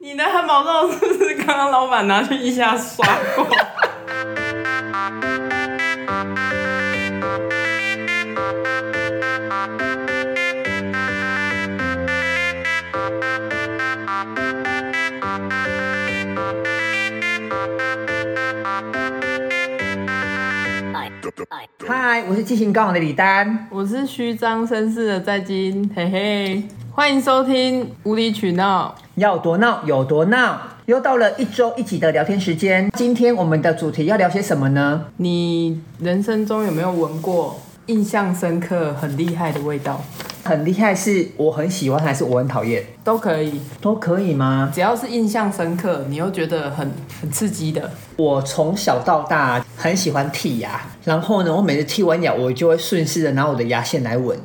你的汉堡肉是不是刚刚老板拿去一下刷过？嗨，我是记性高昂的李丹。 我是虚张声势的在金，嘿嘿，欢迎收听《无理取闹要多闹有多闹，又到了一周一集的聊天时间。今天我们的主题要聊些什么呢》。？你人生中有没有闻过印象深刻、很厉害的味道？很厉害，是我很喜欢还是我很讨厌？都可以，都可以吗？只要是印象深刻，你又觉得很很刺激的，我从小到大很喜欢剔牙，然后呢，我每次剔完牙，我就会顺势的拿我的牙线来闻，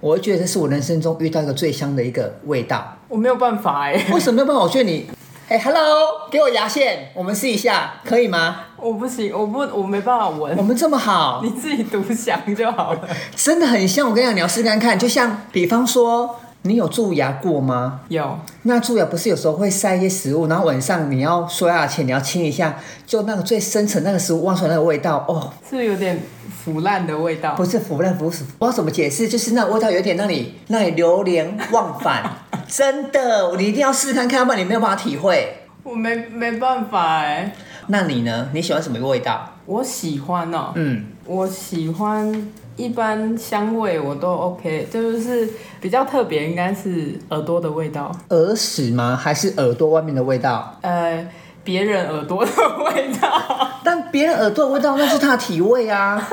我会觉得这是我人生中遇到一个最香的一个味道。我没有办法哎、为什么没有办法？我劝你，哎、h e l l o 给我牙线，我们试一下，可以吗？我不行，我不，我没办法我 闻，们这么好，你自己独享就好了。真的很像，我跟你讲，你要试看看，就像比方说，你有蛀牙过吗？有，那蛀牙不是有时候会塞一些食物，然后晚上你要刷牙前你要清一下，就那个最深层那个食物挖出来那个味道，哦，是不是有点腐烂的味道不。是腐烂腐死，不知道怎么解释，就是那个味道有点让你让你流连忘返，真的，你一定要试看看，要不然你没有办法体会。我没没办法哎、那你呢？你喜欢什么味道？我喜欢哦、嗯，我喜欢一般香味我都 OK，就是比较特别应该是耳朵的味道，耳屎吗？还是耳朵外面的味道？呃，别人耳朵的味道， 但别人耳朵的味道那是他的体味啊。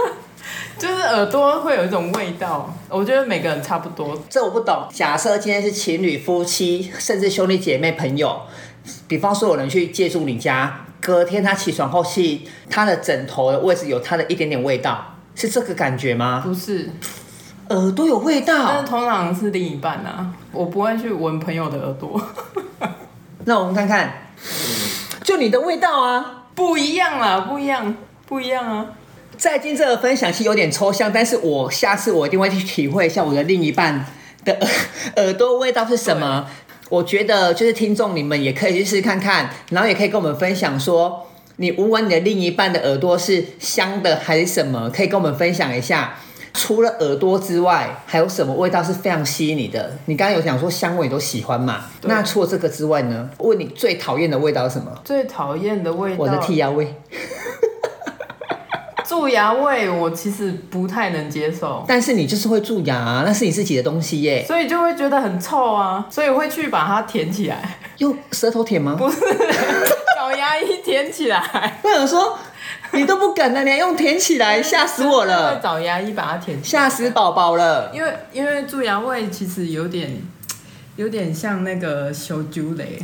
就是耳朵会有一种味道，我觉得每个人差不多。这我不懂。假设今天是情侣、夫妻，甚至兄弟姐妹、朋友，比方说有人去借住你家，隔天他起床后是他的枕头的位置有他的一点点味道，是这个感觉吗？不是，耳朵有味但道是，通常是另一半啊，我不会去闻朋友的耳朵， 那我们看看，就你的味道啊。不一样啦，不一样，不一样啊。在今这个分享其实有点抽象，但是我下次我一定会去体会一下我的另一半的耳耳朵味道是什么。我觉得就是听众你们也可以去试看看，然后也可以跟我们分享说，你无闻你的另一半的耳朵是香的还是什么，可以跟我们分享一下。除了耳朵之外，还有什么味道是非常吸引你的？你刚刚有讲说香味你都喜欢嘛？对那除了这个之外呢？问你最讨厌的味道是什么？最讨厌的味道，我的剔牙味。蛀牙味，我其实不太能接受。但是你就是会蛀牙、啊，那是你自己的东西耶。所以就会觉得很臭啊，所以会去把它填起来，用舌头舔吗？不是 找牙医填起来，我想说，你都不敢了，你还用舔起 来，哎吓死我真的会了，找牙医把它填起来，吓死宝宝了。因为因为蛀牙味其实有点有点像那个修酒雷，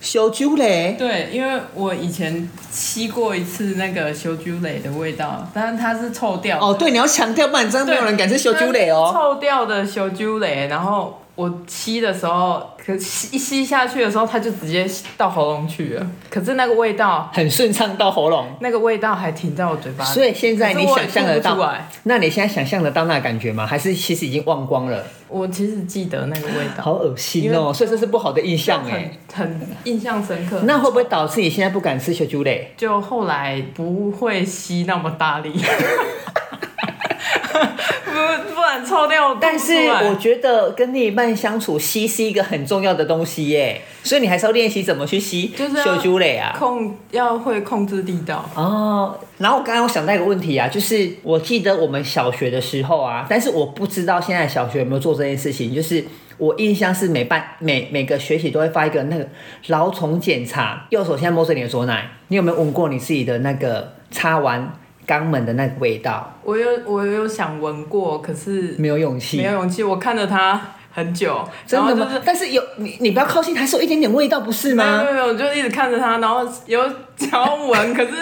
小酒嘞，对，因为我以前吸过一次那个修酒雷的味道，但是它是臭掉的哦，对，你要强调，不然真的对没有人敢吃小酒嘞哦。臭掉的修酒雷，然后。我吸的时候，可吸一吸下去的时候，它就直接到喉咙去了。可是那个味道很顺畅到喉咙，那个味道还停在我嘴巴里，所以现在你想可是象得我也到吐不出来，那你现在想象得到那感觉吗？还是其实已经忘光了？我其实记得那个味道，好恶心因哦，所以这是不好的印象哎。很很印象深刻。那会不会导致你现在不敢吃小酒嘞？就后来不会吸那么大力， 不不然臭掉我吐不出来。但是我觉得跟另一半相处，吸是一个很重要的东西耶，所以你还是要练习怎么去吸就是要小酒嘞啊。控要会控制力道，哦，然后我刚刚我想到一个问题啊，就是我记得我们小学的时候啊，但是我不知道现在小学有没有做这件事情，就是我印象是每半每每个学期都会发一个那个劳虫检查，右手现在摸着你的左奶，你有没有闻过你自己的那个擦完肛门的那个味道？我有我有想闻过，可是没有勇气，没有勇气。我看着它很久，真的然后吗？就是但是有你你不要靠近，还是有一点点味道，不是没有没吗？有没有，我就一直看着它，然后有想要闻，可是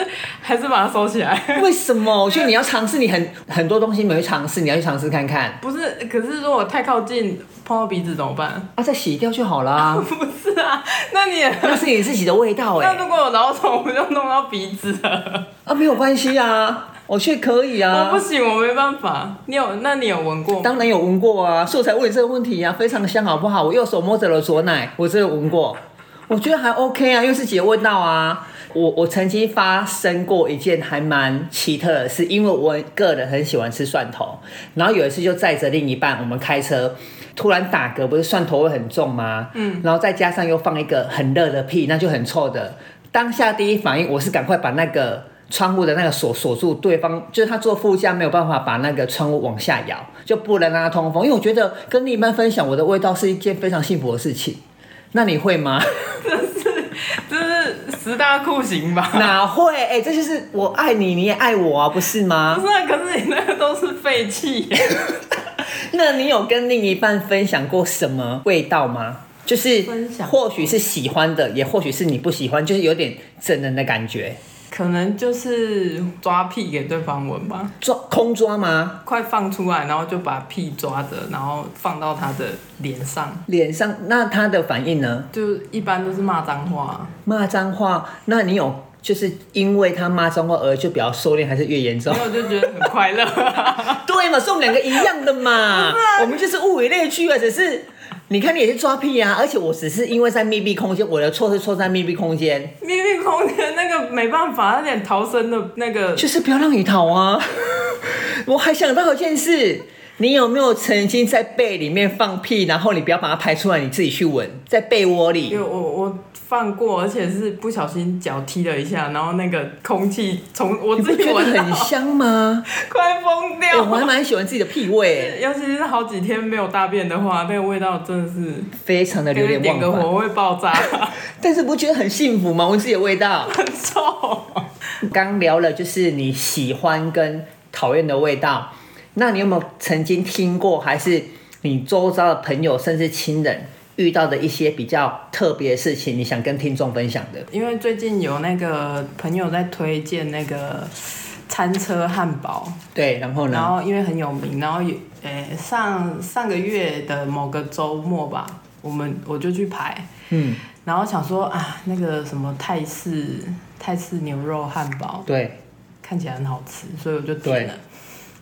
还是把它收起来。为什么？我觉得你要尝试，你很很多东西没有去尝试，你要去尝试看看。不是，可是如果太靠近碰到鼻子怎么办？ 啊，再洗掉就好啦、不是啊，那你也那是你自己的味道哎、那如果有老虫，我就弄到鼻子了。啊，没有关系啊，我却可以我不啊。行，我没办法。你有？那你有闻过吗？当然有闻过啊，所以我才问你这个问题啊，非常香，好不好？我右手摸着了左奶，我真的闻过，我觉得还 OK 啊，因为是姐问到啊。我我曾经发生过一件还蛮奇特的事，因为我个人很喜欢吃蒜头，然后有一次就载着另一半，我们开车突然打嗝，不是蒜头味很重吗？嗯，然后再加上又放一个很热的屁，那就很臭的。当下第一反应我是赶快把那个窗户的那个锁锁住，对方就是他坐副驾没有办法把那个窗户往下摇，就不能让它通风，因为我觉得跟另一半分享我的味道是一件非常幸福的事情。那你会吗？这是十大酷刑吧？ 哪会？哎、这就是我爱你，你也爱我啊，不是不吗？是啊，可是你那个都是废气耶。那你有跟另一半分享过什么味道吗？就是分享或许是喜欢的，也或许是你不喜欢，就是有点整人的感觉，可能就是抓屁给对方闻吧，抓空抓吗？快放出来，然后就把屁抓着，然后放到他的脸上，脸上那他的反应呢？就一般都是骂脏话。骂脏话，那你有就是因为他骂脏话而就比较收敛，还是越严重 然？后我就觉得很快乐、 对嘛，是我们两个一样的嘛，我们就是物以类聚啊，只是。你看，你也是抓屁啊！而且我只是因为在密闭空间，我的错是错在密闭空间，秘密空间那个没办法，那点逃生的那个就是不要让你逃啊！ 我还想到一件事，你有没有曾经在被里面放屁，然后你不要把它排出来，你自己去闻，在被窝里因为？我我放过，而且是不小心脚踢了一下，然后那个空气从我你不自己觉得闻很到，香吗？ 快疯哎掉我还蛮喜欢自己的屁味，尤其是好几天没有大便的话，那个味道真的是，非常的流感觉连点个忘返。火会爆炸， 但是不觉得很幸福吗？闻自己的味道。很臭。刚聊了就是你喜欢跟讨厌的味道，那你有没有曾经听过，还是你周遭的朋友甚至亲人遇到的一些比较特别的事情，你想跟听众分享的？因为最近有那个朋友在推荐那个餐车汉堡，对，然后然呢？后因为很有名，然后有诶、上上个月的某个周末吧，我们我就去排，嗯，然后想说啊那个什么泰式泰式牛肉汉堡对，看起来很好吃，所以我就对点了。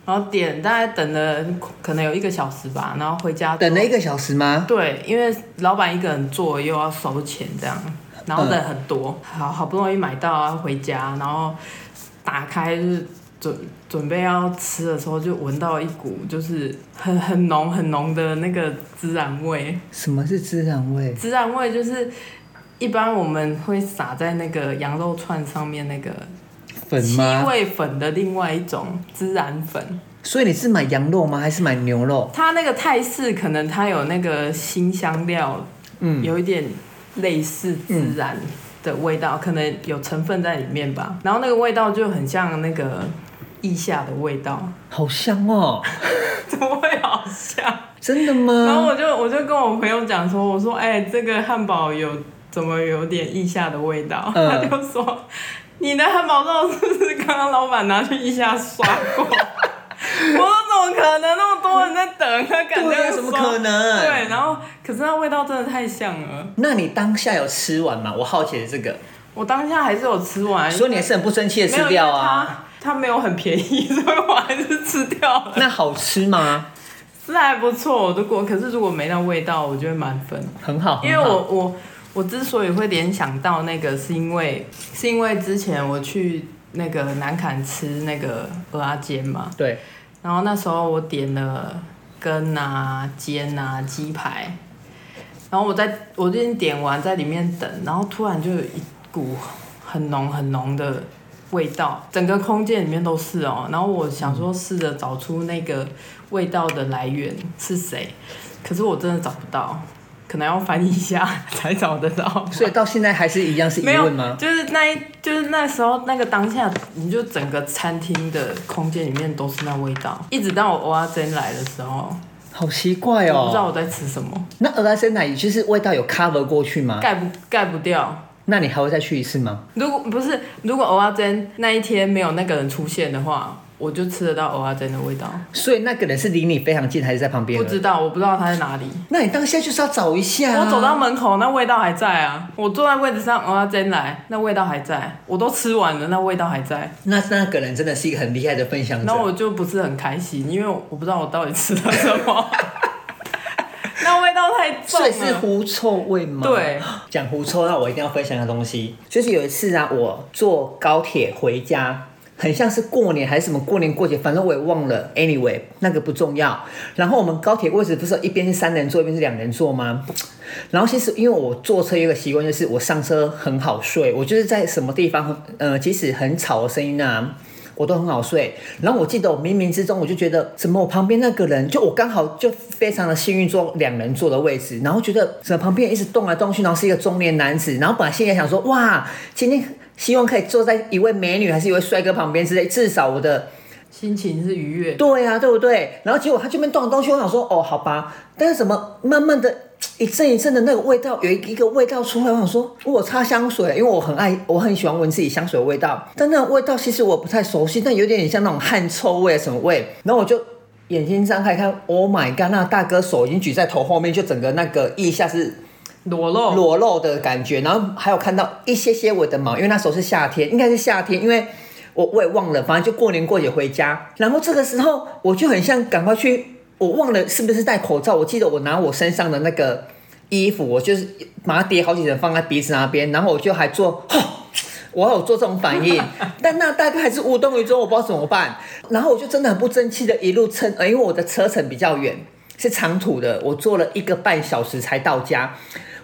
然后点大概等了可能有一个小时吧，然后回家等了一个个小时吗？对，因为老板一个人做又要收钱这样，然后人很多，好好不容易买到啊回家，然后打开就是准准备要吃的时候，就闻到一股就是很很浓很浓的那个孜然味，什么是孜然味？孜然味就是一般我们会撒在那个羊肉串上面那个粉七吗？味粉的另外一种孜然粉，所以你是买羊肉吗？还是买牛肉？它那个泰式可能它有那个新香料，嗯，有一点类似孜然的味道，可能有成分在里面吧。然后那个味道就很像那个腋下的味道，好香哦！ 怎么会好像？真的然后吗？我就我就跟我朋友讲说，我说哎、这个汉堡有怎么有点腋下的味道？嗯他就说你的汉堡肉是不是刚刚老板拿去腋下刷过？ 我说怎么可能？那么多人在等，他感觉对啊就怎么说可能对，然后可是那味道真的太像了。那你当下有吃完吗？我好奇的这个，我当下还是有吃完，所以你还是很不争气的没有吃掉啊。因为它它没有很便宜，所以我还是吃掉了。那好吃吗？是还不错，如果可是如果没那味道，我觉得满分。很好，因为很好我我我之所以会联想到那个，是因为是因为之前我去那个南坎吃那个鹅阿煎嘛，对然后那时候我点了根啊、煎啊、鸡排，然后我在我就已经点完在里面等，然后突然就有一股很浓很浓的味道，整个空间里面都是哦。然后我想说试着找出那个味道的来源是谁，可是我真的找不到，可能要翻译一下 才找得到。所以到现在还是一样是疑没有问，吗？就是那一，就是那时候那个当下，你就整个餐厅的空间里面都是那味道，一直到我蚵仔煎来的时候，好奇怪我不知道我哦。在吃什么，那鹅肝鲜奶就是味道有 cover 过去吗？盖不盖不掉。那你还会再去一次吗？如果不是，如果蚵仔煎那一天没有那个人出现的话，我就吃得到蚵仔煎的味道。所以那个人是离你非常近，还是在旁边不而已？知道，我不知道他在哪里。那你当下就是要找一下、啊。我走到门口，那味道还在啊！我坐在位置上，蚵仔煎来，那味道还在。我都吃完了，那味道还在。那那个人真的是一个很厉害的分享然后者。我就不是很开心，因为我不知道我到底吃了什么。 那味道太重所了。以是狐臭味吗？对，讲狐臭，那我一定要分享一个东西，就是有一次啊，我坐高铁回家，很像是过年还是什么过年过节，反正我也忘了。Anyway，那个不重要。然后我们高铁位置不是有一边是三人座，一边是两人座吗？然后其实因为我坐车有一个习惯，就是我上车很好睡，我就是在什么地方，呃，即使很吵的声音啊。我都很好睡，然后我记得我冥冥之中我就觉得，怎么我旁边那个人，就我刚好就非常的幸运坐两人坐的位置，然后觉得怎么旁边一直动来动去，然后是一个中年男子，然后本来心里还想说，哇，今天希望可以坐在一位美女还是一位帅哥旁边之类，至少我的心情是愉悦的。对啊，对不对？然后结果他这边动来动去，我想说，哦，好吧，但是怎么慢慢的一阵一阵的那个味道，有一一个味道出来，我想说，哦我擦香水，因为我很爱，我很喜欢闻自己香水的味道，但那个味道其实我不太熟悉，但有点像那种汗臭味什么味，然后我就。眼睛张开看，Oh my god！那大哥手已经举在头后面，就整个那个腋下是裸露，裸露的感觉，然后还有看到一些些我的毛，因为那时候是夏天，应该是夏天，因为我我也忘了，反正就过年过节回家，然后这个时候我就很像赶快去，我忘了是不是戴口罩，我记得我拿我身上的那个衣服，我就是把它叠好几层放在鼻子那边，然后我就还做。 吼我还有做这种反应，但那大概还是无动于衷，我不知道怎么办。然后我就真的很不争气的一路撑，呃，因为我的车程比较远，是长途的，我坐了一个半小时才到家。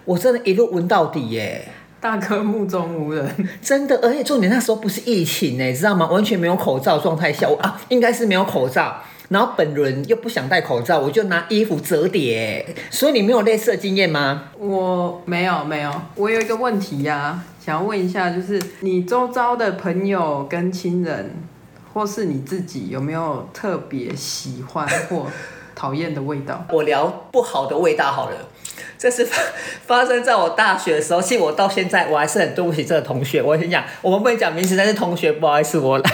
我真的一路闻到底耶，大哥目中无人，真的，而且重点那时候不是疫情呢，知道吗？完全没有口罩状态下，我啊，应该是没有口罩。然后本人又不想戴口罩，我就拿衣服折叠耶。所以你没有类似的经验吗？我没有没有，我有一个问题呀、想要问一下，就是你周遭的朋友跟亲人，或是你自己，有没有特别喜欢或讨厌的味道？我聊不好的味道好了。这是发 发生在我大学的时候，其实我到现在我还是很对不起这个同学。我先讲，我们不能讲名字，但是同学不好意思，我 来，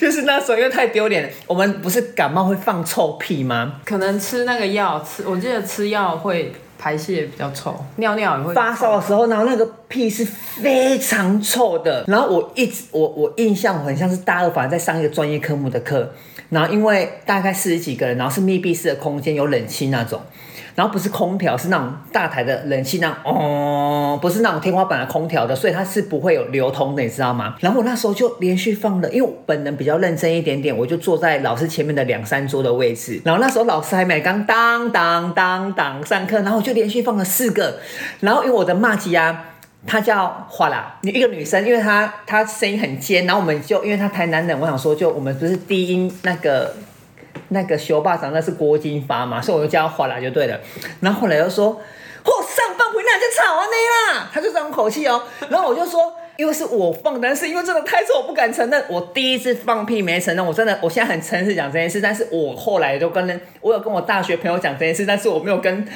就是那时候因为太丢脸了，我们不是感冒会放臭屁吗？ 可能吃那个药，吃我记得吃药会排泄比较臭，尿尿也会发烧的时候，然后那个屁是非常臭的。然后我一直我我印象我很像是大二，反正在上一个专业科目的课。然后因为大概四十几个人，然后是密闭式的空间，有冷气那种，然后不是空调，是那种大台的冷气那种，哦，不是那种天花板的空调的，所以它是不会有流通的，你知道吗？然后我那时候就连续放了，因为我本人比较认真一点点，我就坐在老师前面的两三桌的位置。然后那时候老师还没刚当当当当上课，然后我就连续放了四个。然后因为我的骂吉啊。她叫花啦，你一个女生，因为她她声音很尖，然后我们就因为她台南人，我想说就我们不是低音那个那个修霸长那是郭金发嘛，所以我就叫他华啦就对了。然后后来又说，我、上班回来就吵啊你啦，他就这种口气哦。然后我就说，因为是我放，但是因为真的太臭，我不敢承认。我第一次放屁没承认，我真的我现在很诚实讲这件事，但是我后来都跟人，我有跟我大学朋友讲这件事，但是我没有跟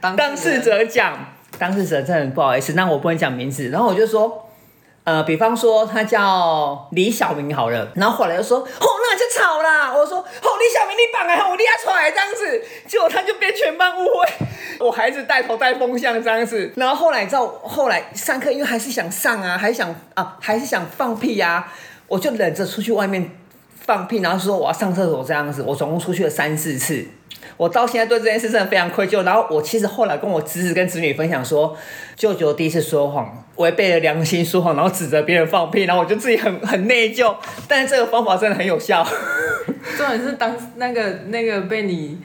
当当事事人者讲，当事者真的很不好意思，那我不能讲名字。然后我就说。呃，比方说他叫李小明好了，然后后来就说，哦，那就吵啦。我说，哦，李小明你绑啊，我立他出来这样子，结果他就被全班误会，我孩子带头带风向这样子。然后后来你知道，后来上课因为还是想上啊，还是想啊，还是想放屁啊，我就忍着出去外面放屁，然后说我要上厕所这样子。我总共出去了三四次，我到现在对这件事真的非常愧疚。然后我其实后来跟我侄子跟侄女分享说，舅舅第一次说谎，违背了良心说谎，然后指责别人放屁，然后我就自己很很内疚。但是这个方法真的很有效。 重点是当那个那个被你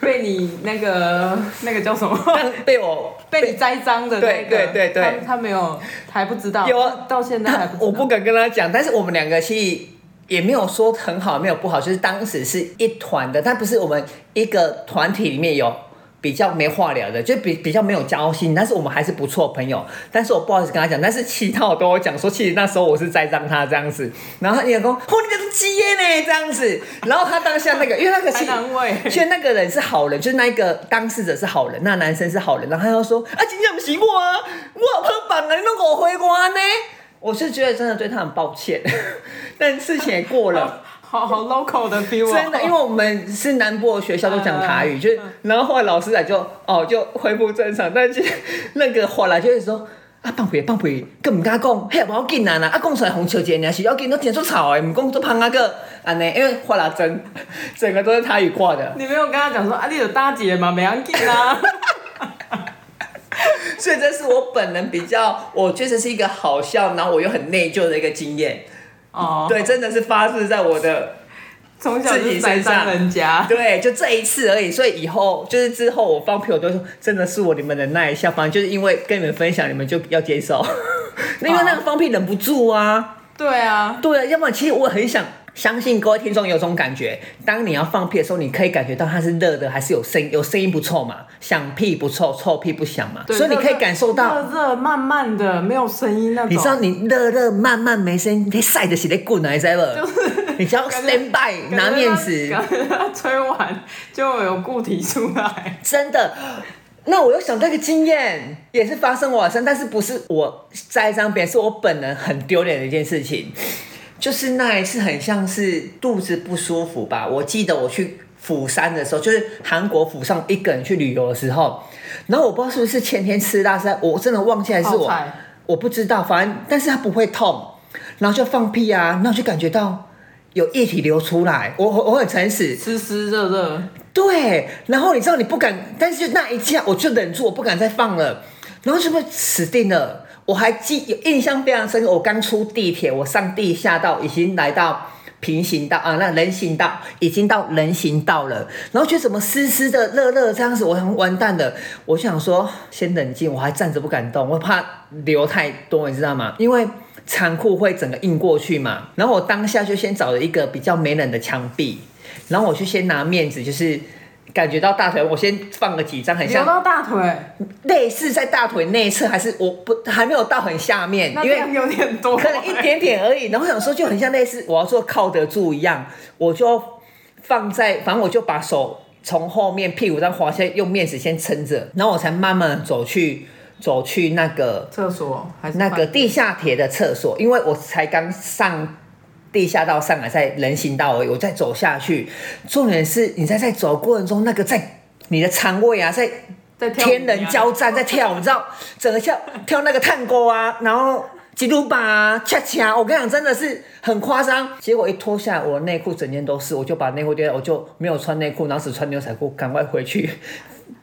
被你那个那个叫什 么？但被我被你栽赃的那个，对对对对他他没有，还不知道，有啊到现在还不知道。我不敢跟他讲，但是我们两个其实也没有说很好，没有不好，就是当时是一团的，但不是我们一个团体里面有比较没话聊的，就比比较没有交心，但是我们还是不错朋友。但是我不好意思跟他讲，但是其他我都有讲说，其实那时候我是栽赃他这样子，然后他也说哦，你这是鸡耶呢这样子，然后他当下那个，因为那个台是。南味，所以那个人是好人，就是那一个当事者是好人，那男生是好人，然后他又说啊，今天不是我啊，我喝板了，你弄我回我呢。我是觉得真的对他很抱歉， 但事情也过哦了。好好 local 的 feel，、哦、真的，因为我们是南部的学校都讲台语，就是，然后后来老师来就哦就恢复正常，但是那个后来就是说。啊，放屁放屁，更毋敢讲，嘿，无要紧啊啦，啊，讲出来红笑一下，是要紧，都听出吵的，毋讲做芳啊个，安尼，因为花啦真，整个都是台语挂的。 你没有跟他讲说啊，你有大姐嘛，没要紧啊，所以这是我本人比较，我觉得这是一个好笑，然后我又很内疚的一个经验。哦，对，真的是发自在我的，从小自就己栽身上赃人家，对，就这一次而已。所以以后就是之后我放屁，我都说真的是我你们忍耐一下，反正就是因为跟你们分享，你们就要接受。 因为那个放屁忍不住啊，对啊，对啊，要不然其实我很想相信各位听众有种感觉，当你要放屁的时候，你可以感觉到它是热的，还是有声音，有声音不臭嘛，响屁不臭，臭屁不响嘛，对所以你可以感受到。热热慢慢的，没有声音那种。你知道你热热慢慢没声音，你晒着是在滚啊，你知道 吗？你只要感觉 stand by 拿 面纸，感觉他吹完就有固体出来。 真的。那我又想到一个经验，也是发生我身上，但是不是我栽赃别人，是我本人很丢脸的一件事情。就是那一次，很像是肚子不舒服吧。我记得我去釜山的时候，就是韩国釜山一个人去旅游的时候，然后我不知道是不是前天吃拉塞，我真的忘记还是泡我菜我不知道，反正但是它不会痛，然后就放屁啊，然后就感觉到有液体流出来。我我我很诚实，湿湿热热，对，然后你知道你不敢，但是就那一下我就忍住，我不敢再放了，然后是不是死定了？我还记有印象非常深刻，我刚出地铁，我上地下道已经来到平行道啊，那人行道已经到人行道了，然后觉得怎么湿湿的、热热的这样子，我想完蛋了，我就想说先冷静，我还站着不敢动，我怕流太多，你知道吗？因为。长裤会整个印过去嘛，然后我当下就先找了一个比较没冷的墙壁，然后我就先拿面纸，就是感觉到大腿，我先放了几张，很流像到大腿，类似在大腿内侧，还是我不还没有到很下面，那因为量有点多、欸可能一点点而已。然后想说就很像类似我要做靠得住一样，我就放在，反正我就把手从后面屁股上滑下，用面纸先撑着，然后我才慢慢地走去走去那个厕所还是那个饭地下铁的厕所，因为我才刚上地下道上来，在人行道而已，我再走下去。重点是你在在走过程中，那个在你的肠胃啊，在在跳舞天人交战，在跳，你知道，整个跳跳那个探戈啊，然后吉鲁巴啊，恰恰，我跟你讲，真的是很夸张。结果一脱下来，我的内裤整件都是，我就把内裤丢掉，我就没有穿内裤，然后只穿牛仔裤，赶快回去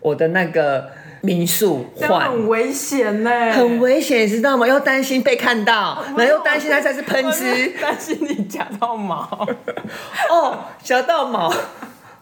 我的那个民宿这换样。很危险欸呢、很危险，你知道吗？又担心被看到，然后又担心它再次喷汁，，担心你夹到毛。 哦，夹到毛，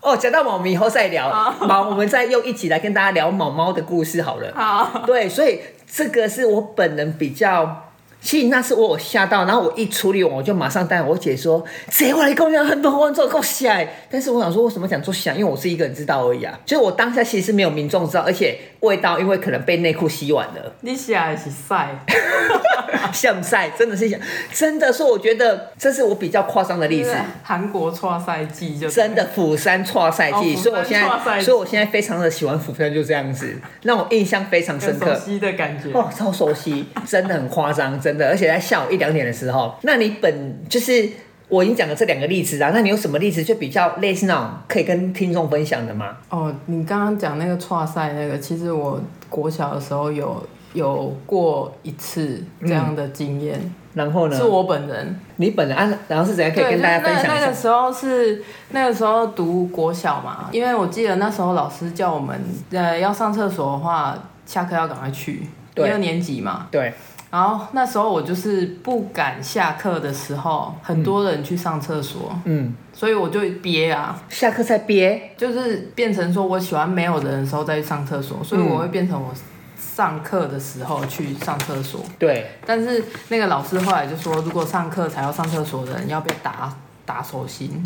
哦，夹到毛，我们以后再聊毛，我们再用一集来跟大家聊毛毛的故事好了。好，对，所以这个是我本人比较，其实那次我有吓到，然后我一处理完，我就马上带我姐说，谁过来跟我讲很多观众够吓欸，但是我想说，为什么讲做吓？因为我是一个人知道而已啊，就是我当下其实是没有民众知道，而且味道因为可能被内裤吸完了。你下一起晒， 像赛真的是像，真的说，我觉得这是我比较夸张的例子。韩国创赛季就真的釜山跨赛季，哦所以我现釜山跨在，赛季所以我现在非常的喜欢釜山，就这样子，让我印象非常有深熟刻。悉的感觉。哦，超熟悉，真的很夸张，真的，而且在下午一两点的时候，那你本就是我已经讲了这两个例子啊，那你有什么例子就比较类似那种可以跟听众分享的吗？哦，你刚刚讲那个跨赛那个，其实我国小的时候有有过一次这样的经验，然后呢是，我本人。你本人啊，然后是怎样可以对，跟就大那家分享一那下个？时候是那个时候读国小嘛，因为我记得那时候老师叫我们呃要上厕所的话，下课要赶快去，一对二年级嘛。对，然后那时候我就是不敢下课的时候，很多人去上厕所，嗯，所以我就憋啊，下课再憋，就是变成说我喜欢没有人的时候再去上厕所，嗯所以我会变成我上课的时候去上厕所。对，但是那个老师后来就说，如果上课才要上厕所的人要被打打手心，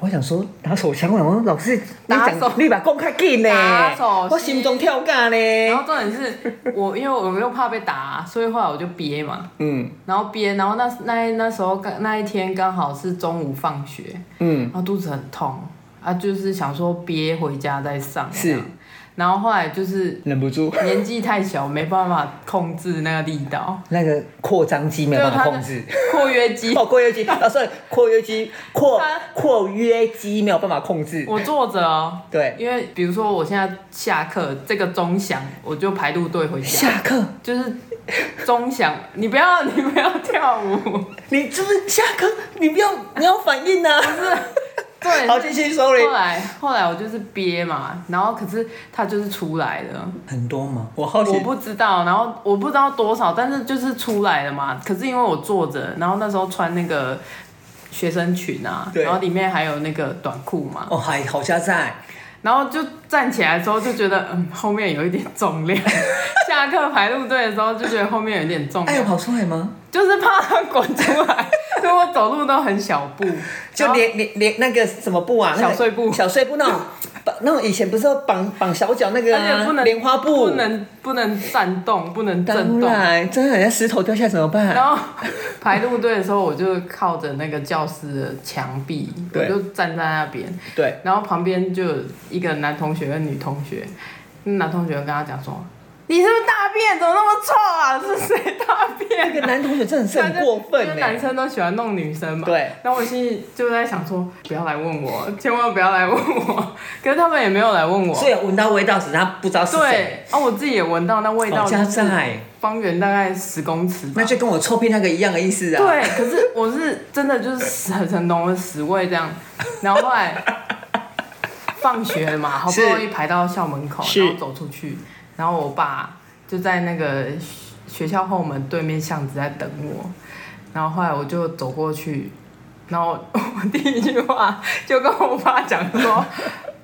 我想说打手枪，我想说老师，你打手讲你把公开紧呢打手，我心中跳然架呢。后重点是我因为我又怕被打，啊所以后来我就憋嘛，嗯然后憋，然后那那那时候刚那一天刚好是中午放学，嗯，然后肚子很痛啊，就是想说憋回家再上，是这样然后后来就是忍不住年纪太小，没办法控制那个力道，那个扩张肌没有办法控制，括约肌，哦，括约肌，啊，sorry，括约肌，括他括约肌没有办法控制。我坐着哦。对，因为比如说我现在下课，这个钟响，我就排路队回家，下课，就是钟响，你不要你不要跳舞，你是不是下课？你不要，你要反应啊！对，好，继续，sorry。后来后来我就是憋嘛，然后可是它就是出来了，很多吗？我好奇。我不知道，然后我不知道多少，但是就是出来了嘛。可是因为我坐着，然后那时候穿那个学生裙啊，对然后里面还有那个短裤嘛，哦，还好加在，然后就站起来之后就觉得嗯后面有一点重 量，下课排路队的时候就觉得后面有一点重哎，有量，跑出来吗？就是怕它滚出来，所以我走路都很小步，就然后连连连那个什么布啊，那个小碎步小碎步那 种，绑那种以前不是要绑绑小脚那个而且啊不能莲花布不，能不能颤动，不能震当动。然，真的很像石头掉下来怎么办？然后排路队的时候，我就靠着那个教室的墙壁，我对就站在那边，对，然后旁边就有一个男同学跟女同学，男同学跟他讲说：“你是不是大便？怎么那么臭啊？ 是谁大便、啊？”那个男同学真的是很过分因为男呢。生都喜欢弄女生嘛。对。那我心里就在想说，不要来问我，千万不要来问我。 可是他们也没有来问我。所以有闻到味道，只是他不知道是谁。对，啊，我自己也闻到那味道，好就加是在，方圆大概十公尺吧。那就跟我臭屁那个一样的意思啊。，对，可是我是真的 就是很很浓的屎味这样，然后后来放学了嘛，好不是容易排到校门口，是然后走出去，然后我爸就在那个学校后门对面巷子在等我，然后后来我就走过去，然后我 第一句话就跟我爸讲说：“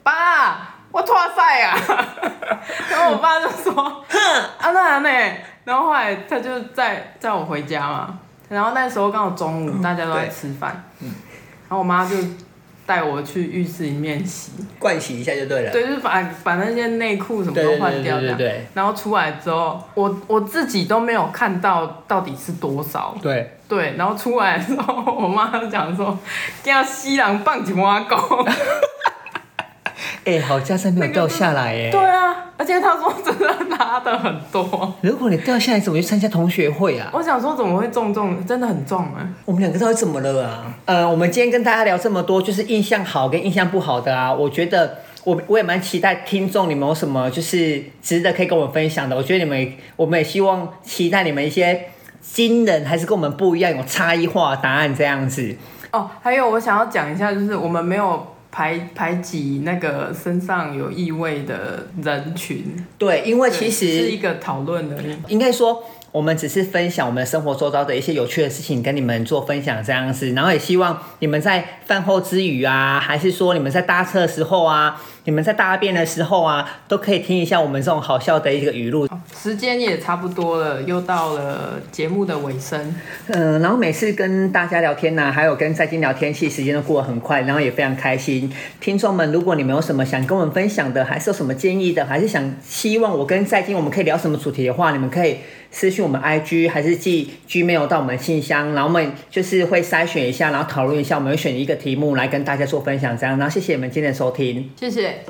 爸，我脱赛啊！” 然后我爸就说：“啊，那呢？”然后后来他就载载我回家嘛，然后那时候刚好中午，大家都在嗯对嗯吃饭，然后我妈就带我去浴室里面洗，灌洗一下就对了。对，就是把把那些内裤什么都换掉这对对对对样对对。然后出来之后，我我自己都没有看到到底是多少，对，对，然后出来的时候， 我妈就讲说，要西郎棒起挖狗。哎，好加在没有掉下来耶。对啊，而且她说真的拉的很多，如果你掉下来，怎么去参加同学会啊？我想说怎么会重重，真的很重哎、我们两个到底怎么了啊？呃，我们今天跟大家聊这么多，就是印象好跟印象不好的啊。我觉得我我也蛮期待听众你们有什么就是值得可以跟我们分享的。我觉得你们我们也希望期待你们一些惊人还是跟我们不一样有差异化的答案这样子。哦，还有我想要讲一下，就是我们没有排排挤那个身上有异味的人群，对，因为其对是实一个讨论而已。应该说。我们只是分享我们生活周遭的一些有趣的事情，跟你们做分享这样子，然后也希望你们在饭后之余啊，还是说你们在搭车的时候啊，你们在大便的时候啊，都可以听一下我们这种好笑的一个语录。时间也差不多了，又到了节目的尾声。嗯、然后每次跟大家聊天呐、还有跟在金聊天，其实时间都过得很快，然后也非常开心。听众们，如果你们有什么想跟我们分享的，还是有什么建议的，还是想希望我跟在金我们可以聊什么主题的话，你们可以私信我们 IG，还是寄 Gmail 到我们信箱，然后我们就是会筛选一下，然后讨论一下，我们会选一个题目来跟大家做分享，这样。然后谢谢你们今天的收听。谢谢。